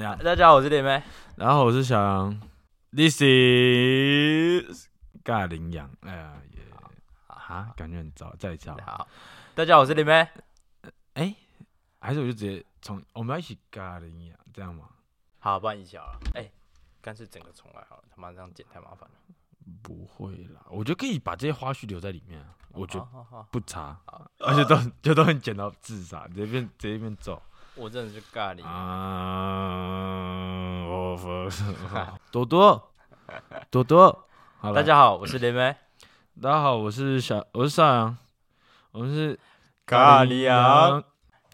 样。大家好，我是李妹。然后我是小杨，This is 尬羚羊，哎呀也啊，感觉很糟，再一次好了，好，大家好，我是李妹。还是我就直接从我们要一起尬羚羊，这样吗？好，不然一起好了。哎、干脆整个重来好了，他妈这样剪太麻烦了。不会啦，我觉得可以把这些花絮留在里面啊，哦我觉得好好好，不差好，而且都就都很剪到自杀，直接变直接变走我真的是尬 你。嗯啊！我 不朵朵朵朵，好了大，家好，我是李妹。大家好，我是小，我是邵阳，我们是咖喱啊羊。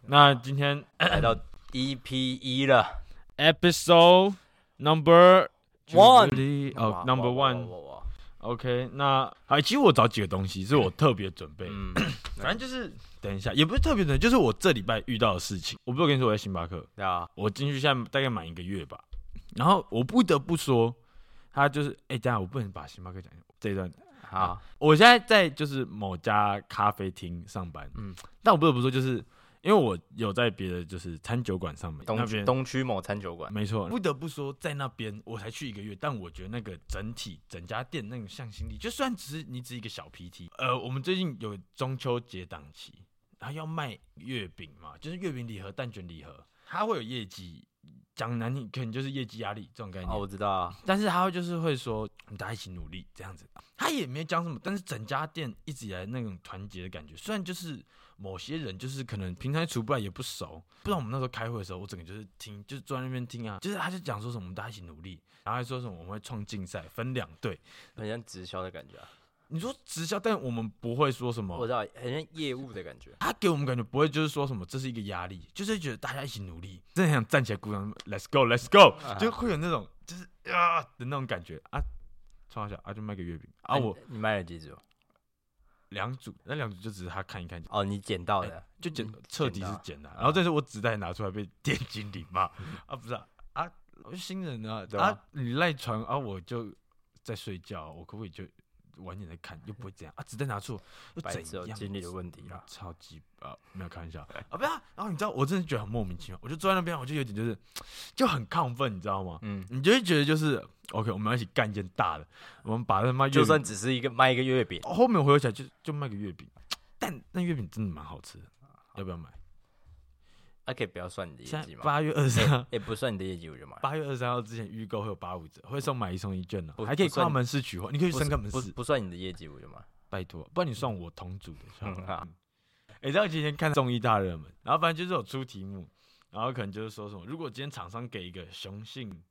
那今天来到 EP 一 E 了 episode number One 哦，number 哇 one，OK、哇哇哇 OK，那啊，其实我找几个东西是我特别准备的，嗯，反正就是等一下，也不是特别准备，就是我这礼拜遇到的事情。我不是跟你说我在星巴克，对 啊，我进去现在大概满一个月吧，然后我不得不说，他就是哎、等一下我不能把星巴克讲这一段好，我现在在就是某家咖啡厅上班，嗯嗯，但我不得不说，就是因为我有在别的就是餐酒馆上班，那东边区东区某餐酒馆。没错，不得不说在那边我才去一个月，但我觉得那个整体整家店那种向心力，就算只是你只是一个小 PT，呃，我们最近有中秋节档期，然后要卖月饼嘛，就是月饼礼盒、蛋卷礼盒，它会有业绩。讲难听，可能就是业绩压力这种概念。哦，我知道啊，但是他会就是会说，我们大家一起努力这样子。他也没讲什么，但是整家店一直以来那种团结的感觉，虽然就是某些人就是可能平常处不来也不熟，不然我们那时候开会的时候，我整个就是听，就是坐在那边听啊， 就是他就讲说什么我们大家一起努力，然后还说什么我们会创竞赛，分两队。很像直销的感觉啊，你说直销，但我们不会说什我么。知道，很像业务的感觉。他给我们感觉不会，就是说什么这是一个压力，就是觉得大家一起努力， 真的很想站起来鼓掌，Let's go，Let's go，啊就会有那种就是啊的那种感觉啊。创小啊，就卖个月饼啊，我哎你卖了几组？两组，那两组就只是他看一看，哦，你捡到的。就剪嗯彻底剪是到剪的。然后但是我纸袋拿出来被店经理骂 啊，不是啊啊，我是新人啊对啊吧，你赖床啊，我就在睡觉，我可不可以就晚点再看，又不会这样啊？纸袋拿出又白痴哦怎样？经理的问题啊超级啊，没有开玩 笑啊，不要。然后你知道，我真的觉得很莫名其妙，我就坐在那边，我就有点就是就很亢奋，你知道吗？嗯，你就会觉得就是 OK，我们要一起干一件大的，我们把他妈月就饼算只是一个卖一个月饼，后面我回想起来就就卖个月饼，但那月饼真的蛮好吃的，要不要买？那啊可以不要算你的现啊业绩在吗？八月二十三，也不算你的业绩，我就买。八月二十三号之前预购会有八五折，会送买一送一券呢、不还可以不算跨门市取货，你可以去不深是坑门不市，不算你的业绩，我就买。拜托，不然你算我同组的。嗯嗯好哎、知道今天看综艺大热门，然后反正就是有出题目，然后可能就是说什么，如果今天厂商给一个雄性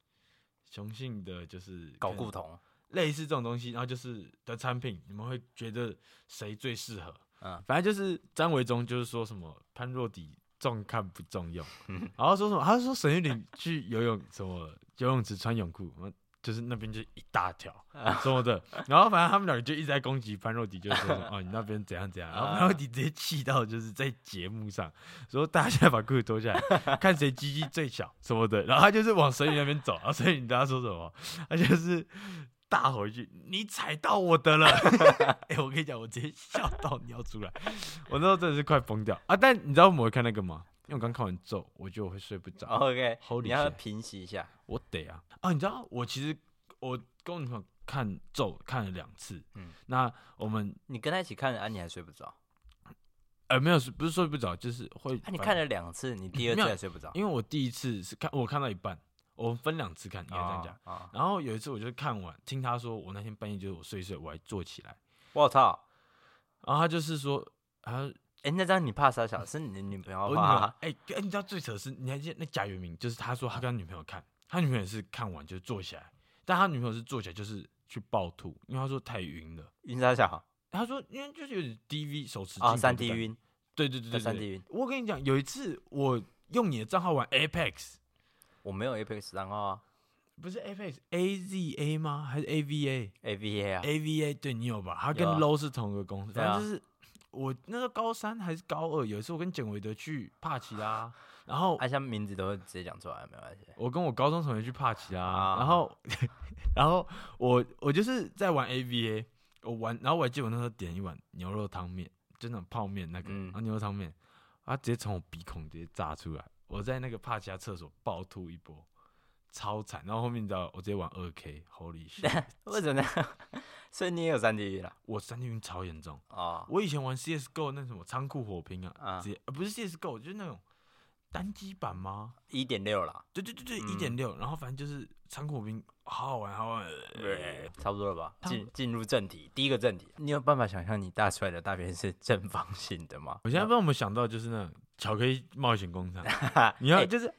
雄性的就是搞可能固酮，类似这种东西，然后就是的产品，你们会觉得谁最适合？嗯反正就是张维忠就是说什么潘若迪重看不重用，然后说什么，他说沈玉玲去游泳什么游泳池穿泳裤，就是那边就一大条什么的，然后反正他们两个就一直在攻击潘若迪，就说什么哦你那边怎样怎样，然后潘若迪直接气到就是在节目上说大家现在把裤子脱下来， 看谁鸡鸡最小什么的，然后他就是往沈宇那边走，然后沈宇你知道他说什么？他就是大吼一句：“你踩到我的 了！” 哎、我跟你讲，我直接笑到尿出来，我那时候真的是快疯掉啊！但你知道我们会看那个吗？因为我刚看完咒，我觉得我会睡不着。 OK， Holy 你要 shit 平息一下。我得啊啊！你知道我其实我跟我女朋友看咒看了两次，嗯嗯，那我们你跟他一起看啊，你还睡不着呃没有不是睡不着，就是会啊？你反看了两次，你第二哦 没次有还睡不着？因为我第一次是看我看到一半，我们分两次看，应该这样讲。啊！啊然后有一次我就看完，听他说我那天半夜就是我睡一睡，我还坐起来，我操！然后他就是说，啊，哎，那这样你怕啥小？是你女朋我友女朋友怕？啊哎、哎你知道最扯的是，你还记得那贾元明，就是他说他跟他女朋友看，他女朋友也是看完就坐起来，但他女朋友是坐起来就是去暴吐，因为他说太晕了。晕啥小？他说，因为就是有点 DV 手持啊，镜头三的 D 感觉，晕，对对对对，三对 D 晕。我跟你讲，有一次我用你的账号玩 Apex，我没有 Apex 账号啊不是 Apex，A Z A 吗？还是 A V A？ ，AVA 啊， AVA 对你有吧？他跟有啊 Low 是同一个公司，对反啊正就是我那时候高三还是高二，有一次我跟简维德去帕奇拉，然后按下啊名字都会直接讲出来，没关系。我跟我高中同学去帕奇拉，啊然后 然后我我就是在玩 AVA，我玩，然后我还记得我那时候点一碗牛肉汤面，就那种泡面那个，嗯然后牛肉汤啊面，它直接从我鼻孔直接炸出来，我在那个帕奇拉厕所暴吐一波，超惨。然后后面你知道，我直接玩二 K，Holy shit！为什么呢？所以你也有三 D 啊晕了我三 D 晕超严重。啊？我以前玩 CS:GO 那什么仓库火拼啊，啊直接、呃、不是 CS:GO，就是那种单机版吗？一点六啦，对对对对，嗯一点六。然后反正就是仓库火拼，好好玩，好好玩。差不多了吧？差不进进入正题，第一个正题，你有办法想象你大出来的大便是正方形的吗？我 现在让我们想到就是那种巧克力冒险工厂，在你要就是、哎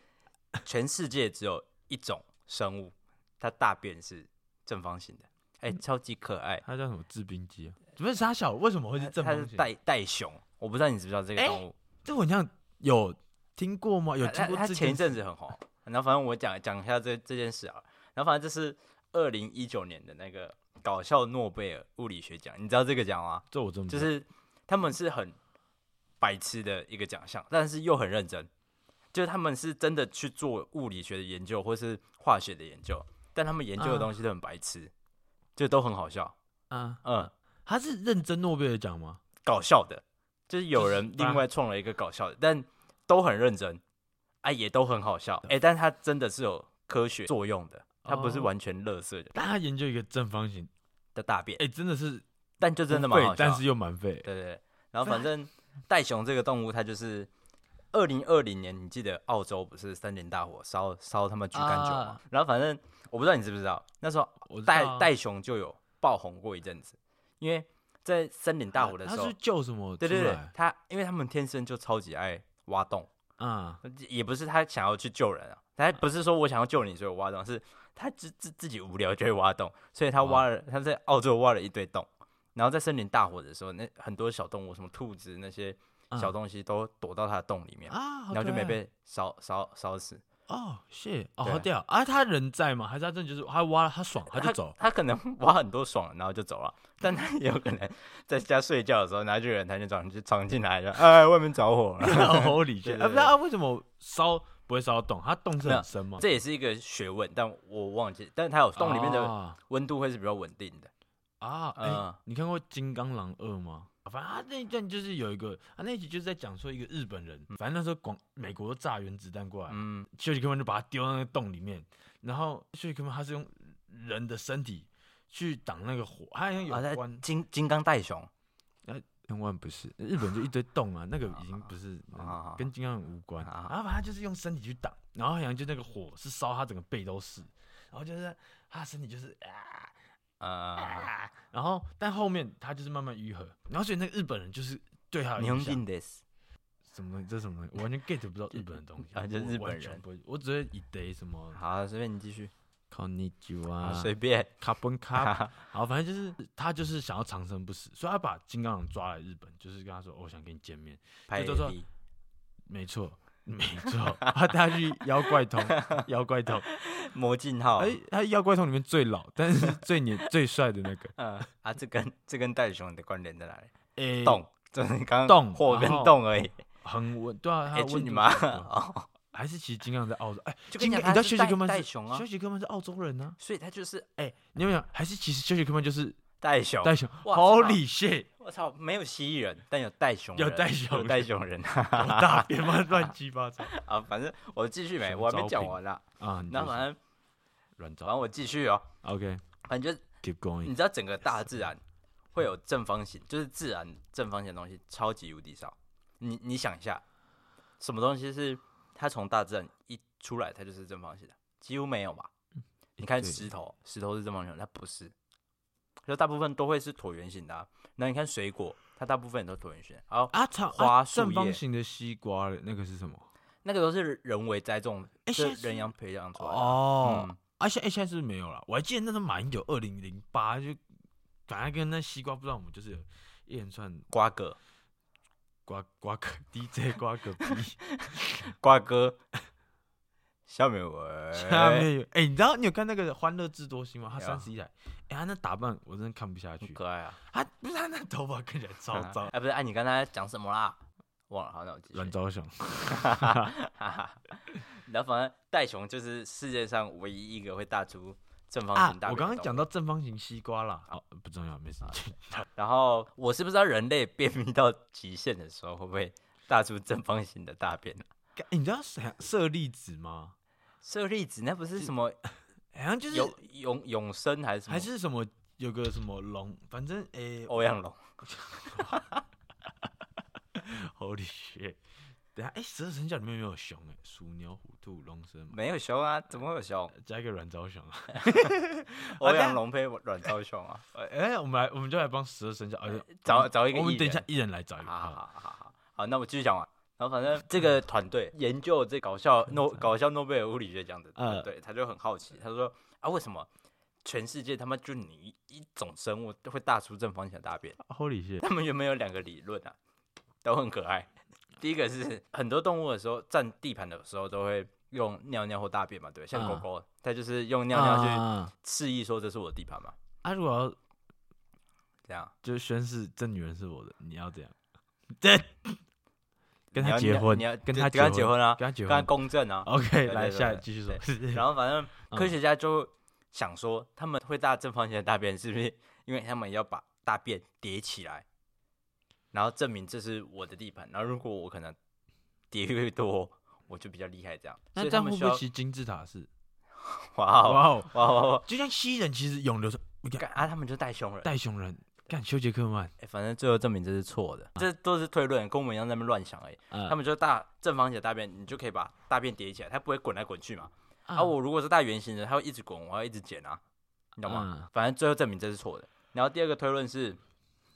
全世界只有一种生物，它大便是正方形的，哎、嗯超级可爱。它叫什么制冰机啊？ 不是傻小，为什么会是正它方是形？袋袋熊，我不知道你知不知道这个哎动物，这我好像有听过吗？有听它过它这前一件阵子很红。然后反正我讲讲一下这这件事啊，然后反正这是二零一九年的那个搞笑诺贝尔物理学奖，你知道这个奖吗？这我真不就知道是他们是很白痴的一个奖项，但是又很认真，就是他们是真的去做物理学的研究或是化学的研究，但他们研究的啊东西都很白痴，就都很好笑，啊，嗯，他是认真诺贝尔奖吗？搞笑的，就是有就是人把另外创了一个搞笑的，但都很认真，哎、也都很好笑，哎、但它真的是有科学作用的，它不是哦完全乐色的但他研究一个正方形，的大便，哎、真的是但就真的不蛮废好笑，但是又蛮废。对对对，啊然后反正袋熊这个动物，它就是二零二零年，你记得澳洲不是森林大火烧烧他们橘甘酒吗？啊然后反正我不知道你知不知道，那时候我知道袋啊袋熊就有爆红过一阵子，因为在森林大火的他时他候啊是，救什么出对来？对对，它因为他们天生就超级爱挖洞，啊，也不是他想要去救人啊，他嗯不是说我想要救你，所以我挖洞，是他自自自己无聊就会挖洞，所以他哦挖了，他在澳洲挖了一堆洞，然后在森林大火的时候，那很多小动物，什么兔子那些嗯小东西都躲到他的洞里面，啊，好然后就可没爱被烧烧烧死。哦，谢哦，对好屌啊！他人在吗？还是他真的就是他挖了他爽他就走？他可能 挖很多爽了，然后就走了，但他也有 可能在家睡觉的时候，然后就有人他就闯就闯进来，就哎外面着 火了。好理解 对对啊！不知道为什么烧不会烧洞？它洞是没有很深吗？这也是一个学问，但我忘记，但是它有洞里面的啊温度会是比较稳定的。啊！哎嗯，你看过《金刚狼二》吗？反正他那一段就是有一个，他那一集就是在讲说一个日本人，反正那时候广美国炸原子弹过来，嗯，休息克曼就把他丢到那个洞里面，然后休息克曼他是用人的身体去挡那个火，他好像啊，有在关，金金刚袋熊千万不是日本就一堆洞啊，那个已经不是啊嗯跟金刚很无关，啊然后反正就是用身体去挡，然后好像就那个火是烧他整个背都是，然后就是他的身体就是啊啊，啊，然后但后面他就是慢慢愈合，然后所以那个日本人就是对他有牛影响津的是什么东西，这是什么东西，我完全 get 不到日本的东西啊就是我日本完全人不会，我只会以 day 什么好，随便你继续，靠你酒好嗯啊，随便，卡本啊卡，好，反正就是他就是想要长生不死，所以他把金刚狼抓来日本，就是跟他说、哦我想跟你见面，拍就说 AV 没错，没 错，他带他去妖怪洞，妖怪洞，魔镜号，哎、他妖怪洞里面最老， 但是最年最帅的 那个，嗯啊，这跟这跟袋熊的关联在哪里？哎、洞， 就是刚刚洞火跟然后洞而已，很稳，对啊，他哎，的去温你度妈！很 高哦，还是其实金刚狼在澳洲，哎、就跟金你刚，你知讲它道是休息袋克曼袋是熊啊休，息克曼是澳洲人呢、所以它就是啊，哎、你有没有？还是其实休息克曼就是袋熊。袋熊哇，Holy shit，我操，没有蜥蜴人，但有袋熊人，有袋熊有人袋熊人 我大便吗？乱七八糟啊！反正我继续没，什么我还招没讲聘完啦。啊，你那就是反正软反正招我继续哦， ，OK。反正就 Keep going 你知道整个大自然会有正方形，就是自然正方形的东西超级无敌少。你你想一下，什么东西是它从大自然一出来它就是正方形的？几乎没有吧？你看嗯对石头，石头是正方形的，它不是，就大部分都会是椭圆形的、啊。那你看水果，它大部分也都椭圆形的。然后啊，草花啊树叶正方形的西瓜嘞那个是什么？那个都是人为栽种，哎就现在是是人养培养出来的。哦，嗯，啊现哎现在是不是没有了？我还记得那时候马英九二零零八就反正跟那西瓜不知道我们就是有一连串瓜葛，瓜瓜葛 DJ 瓜 葛 B，瓜哥， 下面我 下面有哎，你知道你有看那个《欢乐智多星》吗？他有啊三十一台，哎他那打扮我真的看不下去，可爱啊。他不是他那头发看起 来 超哎、糟，不是，哎、你刚才讲什么啦？忘了，好，那我继阮续。昭雄 然后反正袋熊就是世界上唯一一个会大出正方啊形大、，我刚刚讲。到正方形西瓜啦，哦不重要，没 事，然后我是不知道人类便秘到极限的时候会不会大出正方形的大便、啊？干你知道舍舍利子吗？舍利子那不是什么好像就是永永永生还是什么？哦还是什么有个什么龙，反正哎诶，欧阳龙？ Holy shit！等一下，哎、十二生肖里面没有熊哎、鼠、牛、虎、兔、龙、蛇、马，没有熊啊，怎么会有熊？加一个软招熊啊！欧等下阳龙配阮昭雄啊！哎、我们来，我们就来帮十二生肖，呃、找找一个我们艺等一下人一人来找一个。好好好好好，好，那我继续讲完。然后反正这嗯个团队研究这 搞笑诺搞笑诺贝尔物理学奖的嗯团队，他就很好奇，他说啊，为什么全世界他妈就你一一种生物会大出正方形的大便？ Holy shit！他们原本有两个理论啊，都很可爱。第一个是很多动物的时候占地盘的时候都会用尿尿或大便嘛，对，像狗嗯狗，它就是用尿尿去啊，示意说这是我的地盘嘛，啊如果要这样。就是宣誓这女人是我的，你要这样， 对，跟他你要结尿婚你要，跟他跟他结结婚啊，跟他结跟他婚。公证啊。 OK，对来对下对继续说。 然后反正嗯科学家就想说，他们会大正方形的大便，是不是因为他们要把大便叠起来，然后证明这是我的地盘？然后如果我可能叠越多，我就比较厉害这样。所那以这他样们会需不要会其实金字塔是？哇哦哇哦，哇哇哇 哇！就像蜥蜴人其实永流传，你看干啊，他们就带凶人，戴熊人，看修杰克曼，哎反正最后证明这是错嗯的，这都是推论，跟我们一样在那边乱想而已。呃他们就大正方形的大便，你就可以把大便叠起来，它不会滚来滚去嘛。啊啊，我如果是大圆形的，它会一直滚，我要一直捡啊，你懂吗？嗯反正最后证明这是错的。然后第二个推论是，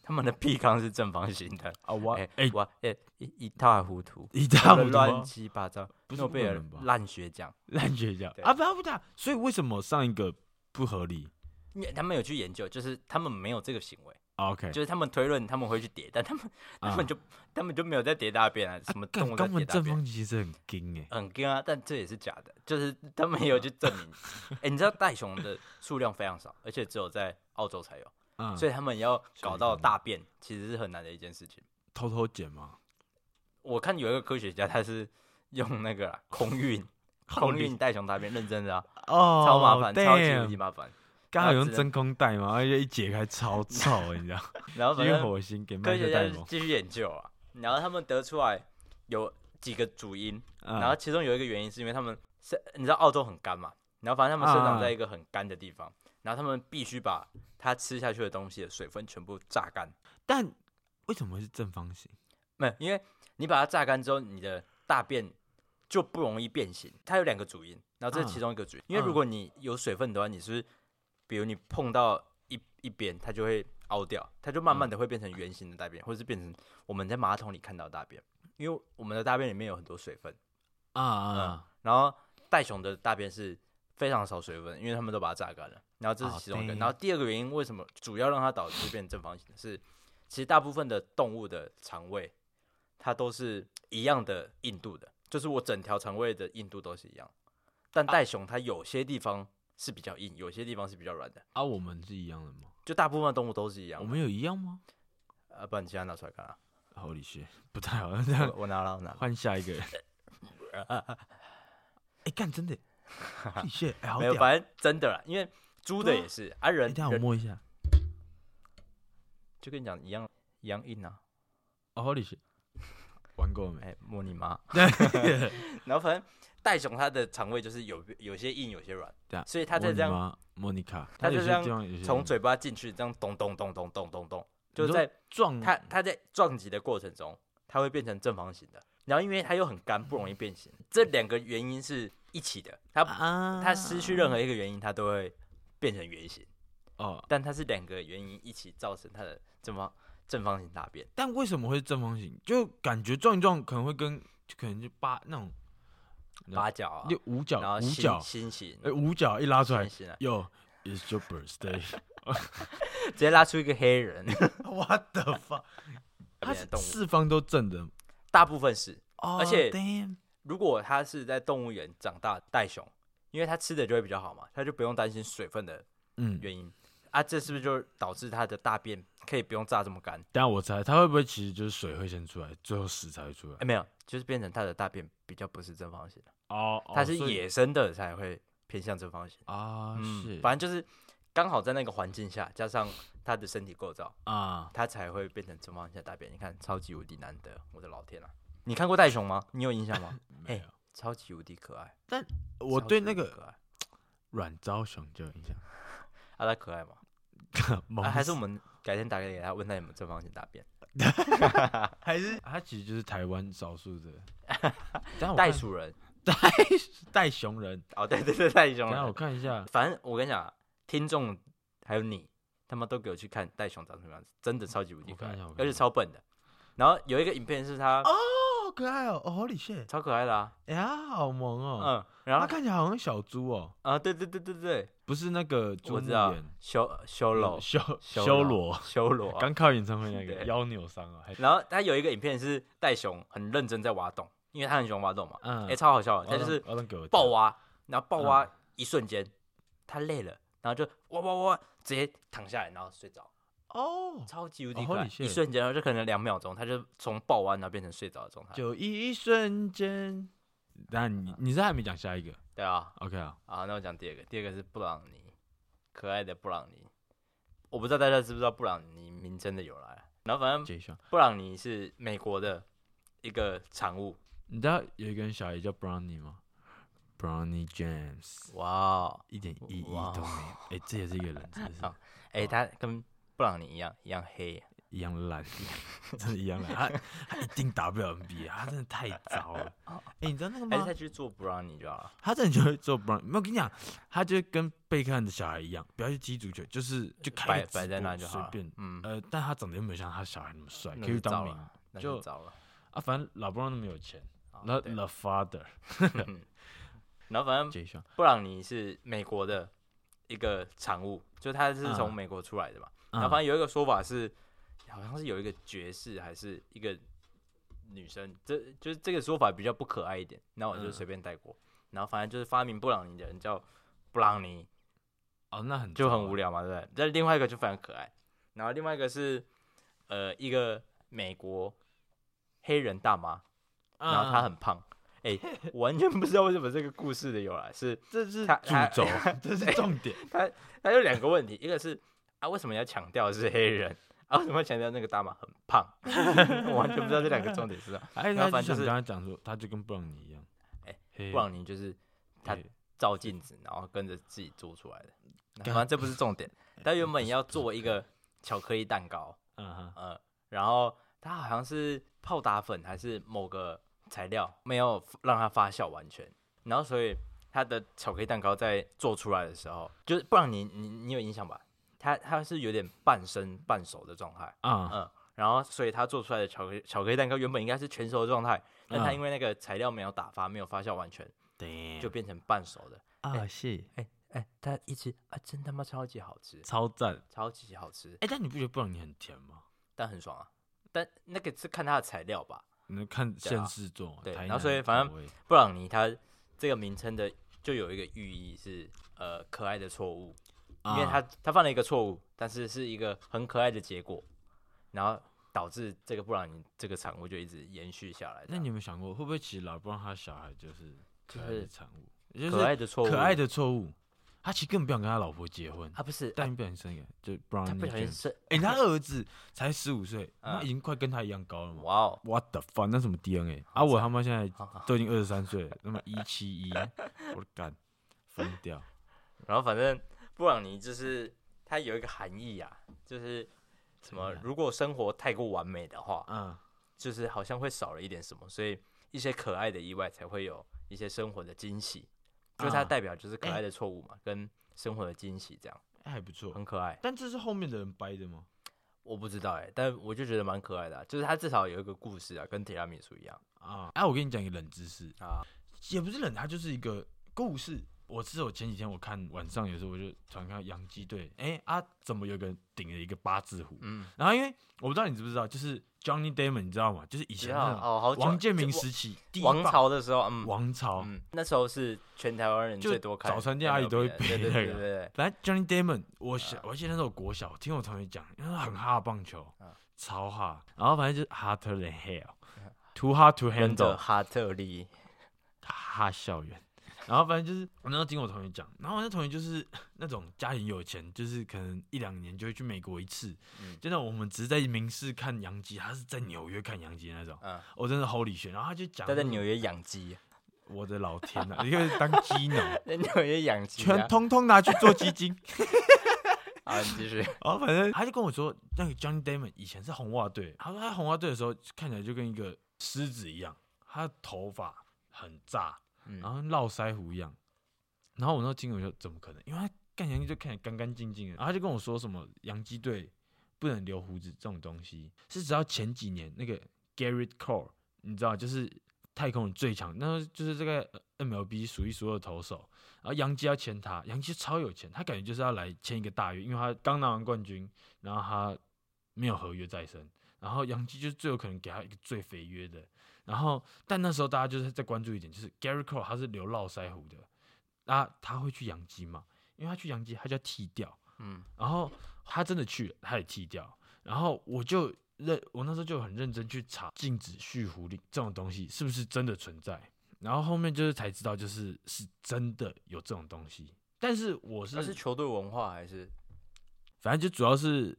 他们的屁缸是正方形的。啊我哎哎我哎一一塌糊 涂，一塌糊涂乱吗七八糟。不是诺贝不尔能吧烂学奖，烂绝交对啊，不要不打，所以为什么上一个不合理因为他们有去研究，就是他们没有这个行为，啊？OK，就是他们推论他们会去叠，但他们他们啊就他们就没有在叠大便啊，什么干动物在肛叠门大正便。方其实很硬哎，很跟啊，但这也是假的，就是他们也有去证 明。哎、你知道袋熊的数量非常少，而且只有在澳洲才有，啊，所以以他们要所以搞可到能大便其实是很难的一件事情。偷偷捡嘛，我看有一个科学家，他是用那 个啦空运好空运袋熊大便，认真的啊，哦，超麻烦，超级无敌 damn，麻烦。刚好然用后只能真空袋嘛，而且一解开超臭欸，你知道，然后反用正火星给科麦克学家戴就蒙，继续研究啊，然后他们得出来有几个主因，然后啊其中有一个原因是因为他们是，你知道澳洲很干嘛，然后反正他们生长在一个很干的地方，然后他们必须把它吃下去的东西的水分全部榨干。但为什么会是正方形？没有，因为你把它榨干之后，你的大便就不容易变形。它有两个主因，然后这是其中一个主因。因为如果你有水分的话，你是不是比如你碰到一一边，它就会凹掉，它就慢慢的会变成圆形的大便，或者是变成我们在马桶里看到的大便，因为我们的大便里面有很多水分。啊啊然后袋熊的大便是非常少水分，因为他们都把它榨干了。然后这是哦其中一个。对然后第二个原因，为什么主要让它导致变正方形的是，其实大部分的动物的肠胃它都是一样的硬度的，就是我整条肠胃的硬度都是一样。但啊袋熊它有些地方是比较硬，有些地方是比较软的，啊！我们是一样的吗？就大部分动物都是一样我的。们有一样吗呃，不然你现在拿出来干 嘛？ ？Holy shit，不太好，这样我我拿了，我拿了。换下一个。哎，干真的，Holy shit，哎，好没有，屌！反正真的啦，因为猪的对啊也是啊，人哎，等一下我人摸一下。就跟你讲一样一样硬啊。哦，Holy shit，玩过了没？哎、摸你妈！然后反正袋熊它的肠胃就是有有些硬，有些软对啊，所以它在这样样，莫妮卡，它有就些这样地方有些从地嘴巴进去，这样咚咚咚咚咚咚咚，你就是说嗯在方撞它它在撞击的过程中，它会变成正方形的。然后因为它又很干，不容易变形，这两个原因是一起的。它啊它失去任何一个原因，它都会变成圆形，哦，但它是两个原因一起造成它的正方正方形大便。但为什么会是正方形？就感觉撞一撞可能会跟就可能就八那种对八角啊，就五角然后五心角心形，哎五角一拉出来心，形啊，哟，It's your birthday 直接拉出一个黑人。 What the fuck？它变是成动物四方都正的，大部分是，哦而且 damn 如果它是在动物园长大的袋熊，因为它吃的就会比较好嘛，它就不用担心水分的嗯，原因啊，这是不是就导致它的大便可以不用榨这么干？但我猜它会不会其实就是水会先出来，最后屎才会出来哎、？没有，就是变成它的大便比较不是正方形的，哦，哦它是所以野生的才会偏向正方形。啊，是嗯，反正就是刚好在那个环境下，加上它的身体构造，啊，它才会变成正方形的大便。你看，超级无敌难得，我的老天啊！你看过袋熊吗？你有印象吗？ 没有哎超级无敌可爱。我超对级那无敌个可爱，阮昭雄就有印象啊，他可爱吗？， 萌啊，还是死我们改天打给他，问他有没有正方形大便？还是他其实就是台湾少数 的等下我袋看鼠人， 袋熊人。哦，对对对，袋熊等下我人。看一下，反正我跟你讲啊，听众还有你，他们都给我去看袋熊长什么样子，真的超级无敌我可看爱一下我，看而一且下超笨的。然后有一个影片是他好可爱哦，哦好李现，超可爱的啊，哎呀，好萌哦，嗯，然他后看起来好像小猪哦，啊，对对对对对，不是那个我猪知木道眼，修修罗嗯修修修罗，修罗啊，刚靠演唱会那个对腰扭伤哦了，还然后他有一个影片是袋熊很认真在挖洞，因为他很喜欢挖洞嘛，嗯哎、超好笑我的，他要就是让我要让给我爆跳，挖，然后爆嗯挖一瞬间，他累了，然后就哇哇哇直接躺下来，然后睡着，哦，超级无哦敌可爱， holy shit 一瞬间，然后就可能两秒钟，他就从爆啊挖然后变成睡着的状态。就一瞬间。等下你你是还没讲下一个对啊， ？OK 啊，好，那我讲第二个，第二个是布朗尼，可爱的布朗尼，我不知道大家知不知道布朗尼名称的由来，然后反正杰兄，布朗尼是美国的一个产物，你知道有一个人小姨叫 Brownie 吗？Brownie James，哇、哦。一点意义哇都没有。哎，这也是一个人，真的是好哎、他跟布朗尼一样，一样黑。一样烂， 真的一样烂。他他一定打不了 NBA，他真的太糟了。哎，你知道那个还是吗他？去做布朗尼就好了。他真的就会做 Brown。没有我跟你讲，他就跟贝克汉的小孩一样，不要去踢足球，就是就开摆个直摆在播那就好了随便。嗯，呃，但他长得又没有像他小孩那么帅，那可以就糟当名了，那就就糟了。啊。反正老布朗那么有钱，好那哦对 The Father 然后反正杰兄，布朗尼是美国的一个产物，就他是从嗯美国出来的嘛。然后嗯反正有一个说法是，好像是有一个爵士还是一个女生，这就是这个说法比较不可爱一点。然后我就嗯随便带过。然后反正就是发明布朗尼的人叫布朗尼，哦，那很就糟很啊无。聊嘛，对不对？但另外一个就非常可爱。然后另外一个是，呃，一个美国黑人大妈，嗯然后她嗯很胖。哎、我完全不知道为什么这个故事的由来是，这是他他 诅咒，这是重点。它有两个问题，一个是啊，为什么要强调是黑人？啊，为什么要强调那个大妈很胖？ 我完全不知道这两个重点 是啥。哎，然后他反就正想就是跟他讲说，他就跟布朗尼一样，哎嘿，布朗尼就是他嘿照镜子，然后跟着自己做出来的。干 反正这不是重点，他原本要做一个巧克力蛋糕，嗯哼，呃，然后它好像是泡打粉还是某个材料没有让它发酵完全，然后所以它的巧克力蛋糕在做出来的时候，就是不然你你你有印象吧？它它是有点半生半熟的状态，啊，嗯，然后所以它做出来的巧克力巧克力蛋糕原本应该是全熟的状态，但它嗯因为那个材料没有打发，没有发酵完全，对，就变成半熟的。啊是嗯哎、它一吃啊，真他妈超级好吃，超赞。超级好吃，哎，但你不觉得布朗尼很甜吗？但很爽啊。但那个是看它的材料吧，你看对现啊世做嘛，对台然南后所以的反口味布朗尼它这个名称的就有一个寓意是呃可爱的错误，因为它啊它犯了一个错误，但是是一个很可爱的结果，然后导致这个布朗尼这个产物就一直延续下来这那样。你有没有想过，会不会其实老布朗他小孩就是可爱就是的产物，也就可是爱的错误，可爱的错误？他其实根本不想跟他老婆结婚，啊不是，但不小心生一个，就布朗他尼不小心 James。是 哎，他儿子才十五岁，嗯那已经快跟他一样高了嘛哇哦， ？What the fuck？那什么 DNA 啊？好我惨他妈现在好好都已经二十三岁了，那么一七一，我的干，疯 掉！然后反正布朗尼就是它有一个含义啊，就是怎什么么样如果生活太过完美的话，嗯，就是好像会少了一点什么，所以一些可爱的意外才会有一些生活的惊喜，就是它啊代表就是可爱的错误嘛，跟生活的惊喜这样，哎还不错。很可爱。但这是后面的人掰的吗？我不知道哎、但我就觉得蛮可爱的啊、就是它至少有一个故事啊，跟提拉米苏一样啊，哎、我跟你讲一个冷知识，啊。也不是冷，它就是一个故事。我是我前几天我看晚上有时候我就突然看到洋基队，哎、啊，怎么有个人顶了一个八字胡？嗯，然后因为我不知道你知不知道，就是 Johnny Damon，你知道吗？就是以知前道那种哦，好久王建民就时期第一王棒朝的时候，嗯，王朝，嗯，那时候是全台湾人就最多看 MLB 的，早餐店阿姨都会对对背那对个对对，反正 Johnny Damon，我小、我记得那时候我国小听我同学讲，因为他很哈棒球，啊超哈，然后反正就是 harder than hell，too hard to 跟着 handle，哈特利，哈校园。然后反正就是我那时候听我同学讲，然后我那同学就是 那种家里有钱，就是可能一两年就会去美国一次，嗯就那种我们只是在明市看洋基，他是在纽约看洋基那种，嗯，我、真的 Holy shit！然后他就讲他在那种纽约养鸡，我的老天呐、啊你可以当鸡 农，那纽约养鸡啊全通通拿去做基金。啊，你 继续。然后反正他就跟我说，那个 Johnny Damon 以前是红袜队，他说他红袜队的时候看起来就跟一个狮子一样，他的头发很炸，嗯然后络腮胡一样。然后我那时候听我就怎么可能？因为他干洋基就看起来干干净净的，然后他就跟我说什么洋基队不能留胡子这种东西，是直到前几年那个 Garrett Cole，你知道就是太空人最强，那时候就是这个呃 MLB 数一数二的投手，然后洋基要签他，洋基超有钱，他感觉就是要来签一个大约，因为他刚拿完冠军，然后他没有合约在身，然后洋基就是最有可能给他一个最肥约的，然后但那时候大家就是在关注一点，就是 Gary Cole 他是留络腮胡的，那他会去养鸡吗？因为他去养鸡，他就要剃掉，嗯，然后他真的去了，他也剃掉，然后我就认，我那时候就很认真去查禁止蓄胡令这种东西是不是真的存在，然后后面就是才知道，就是是真的有这种东西，但是我那是是球队文化还是？反正就主要是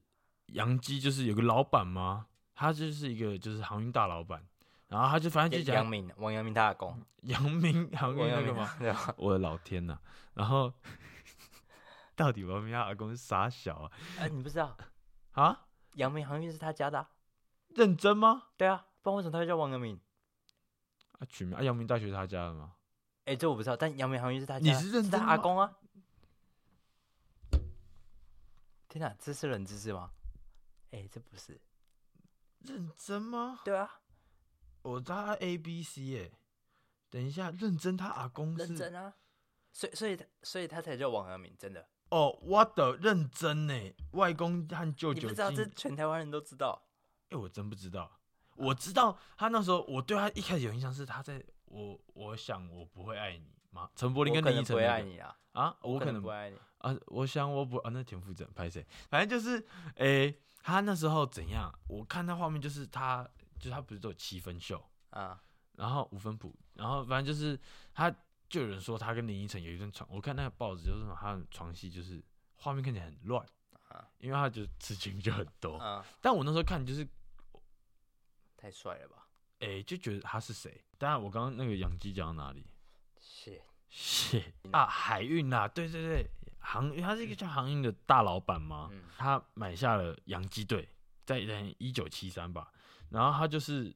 杨基就是有个老板嘛，他就是一个就是航运大老板，然后他就反正就杨讲明，王阳明他阿公， 杨明航运王阳那明个嘛，？ 对吧？我的老天呐、然后 到底我们家阿公是傻小啊？哎，你不知道啊， 杨明航运是他家的啊？认真吗？对啊，不然为什么他会叫王阳明？啊，取名啊，阳明大学是他家的吗？哎，这我不知道，但杨明航运是他家你的，是认真的他阿吗公啊？天哪，这是冷知识吗？哎，这不是。认真吗？对啊，我他 A B C 耶、等一下，认真他阿公是认真啊。所以，所以他，所以他才叫王阳明，真的。哦，我的认真呢、外公和舅你舅不进，知道，哎、这全台湾人都知道。我真不知道。我知道他那时候，我对他一开始有印象是他在我，我想我不会爱你吗？陈柏霖我跟可林依能不晨、会那爱个你啊，啊，我可能能不会爱你。啊，我想我不啊，那田馥甄拍谁？反正就是，诶、他那时候怎样？我看他画面就是他，就是他不是都有七分袖，啊，然后五分谱，然后反正就是他，就有人说他跟林依晨有一段床，我看那个报纸就是说他的床戏就是画面看起来很乱啊，因为他就是刺青就很多。啊，但我那时候看就是，太帅了吧！诶、就觉得他是谁？当然，我刚刚那个养鸡讲到哪里？谢，是啊，海运啦、对对对，航运，他是一个叫航运的大老板嘛，嗯他买下了洋基队，在一九七三吧，然后他就是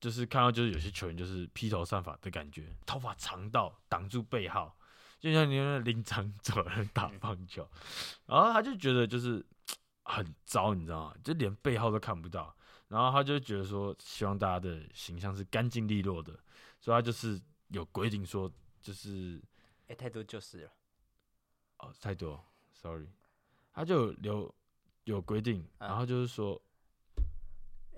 就是看到就是有些球员就是披头散发的感觉，头发长到挡住背号，就像你那林长佐人打棒球，然后他就觉得就是很糟，你知道吗？就连背号都看不到，然后他就觉得说，希望大家的形象是干净利落的，所以他就是有规定说，就是哎，太多就是了。哦太多，sorry，他就有留有规定，啊然后就是 说，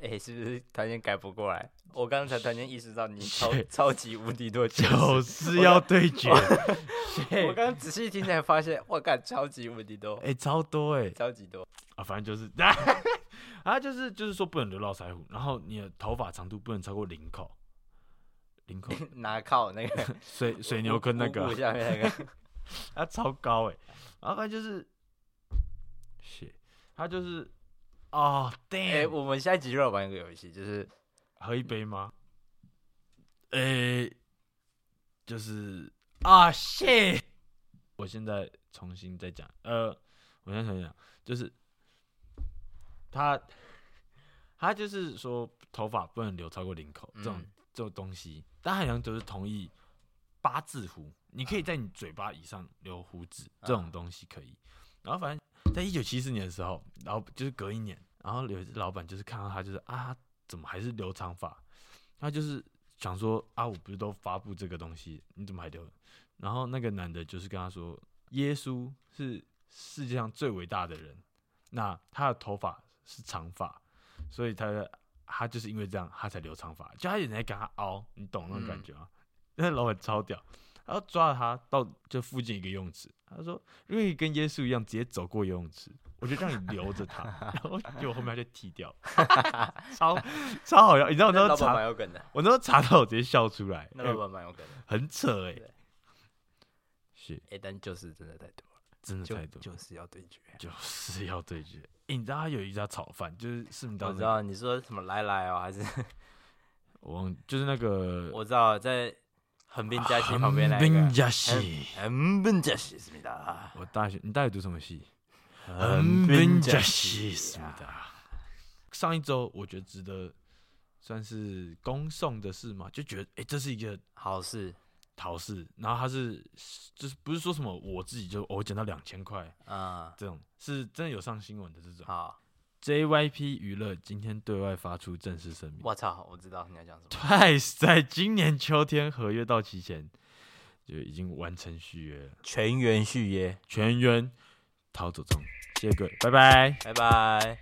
哎，是不是突然间改不过来？我刚才突然间意识到你超谢超级无敌多就。就是是要对决，我刚刚仔细听才发现，我靠，超级无敌多，哎，超多哎、超级多。啊，反正就是，啊，就是就是说不能留络腮胡，然后你的头发长度不能超过领口，领口拿靠那个水水牛跟那五个股下面 那个，他超高哎、然后他就是，shit，他就是，哦哎， ，damn，、我们下一集就来玩一个游戏，就是喝一杯吗？诶、呃就是啊，shit，我现在重新再讲，呃，我先重想，就是他，他就是说头发不能留超过领口、这种嗯这种东西，但海洋就是同意八字胡，你可以在你嘴巴以上留胡子、这种东西可以。然后反正在一九七四年的时候，然后就是隔一年，然后有一老板就是看到他就是啊，怎么还是留长发？他就是想说啊，我不是都发布这个东西，你怎么还留？然后那个男的就是跟他说，耶稣是世界上最伟大的人，那他的头发是长发，所以他的他就是因为这样，他才留长发，就他有人在跟他凹，你懂那种嗯感觉吗？那老板超屌，然后抓了他到这附近一个游泳池，他说：“如果你跟耶稣一样直接走过游泳池，我就让你留着 他。”然后结果后面他就踢掉，超超好笑。你知道我那时候那老板查，蛮有梗的，我那时候查到我直接笑出来，那哎老板蛮有梗的。很扯哎、对是哎，但就是真的太多了，真的就太多，就是要对决。就是要对决。哎、你知道他有一家炒饭，就是市民大我道那知个，道你说什么来来哦，还是我忘，就是那个我知道在横滨加西旁边那一横滨个，加西，横滨加西思密达，我大学你大学读什么系？横滨啊加西思密达。啊上一周我觉得值得算是恭送的事嘛，就觉得哎、诶这是一个好事，好事。然后他是就是不是说什么我自己就、哦我捡到两千块嗯，这种，是真的有上新闻的这种。好， JYP 娱乐今天对外发出正式声明我操，我知道你要讲什么， ，Twice 在今年秋天合约到期前就已经完成续约了，全员续约，全员逃走中。谢谢各位，拜拜。拜拜。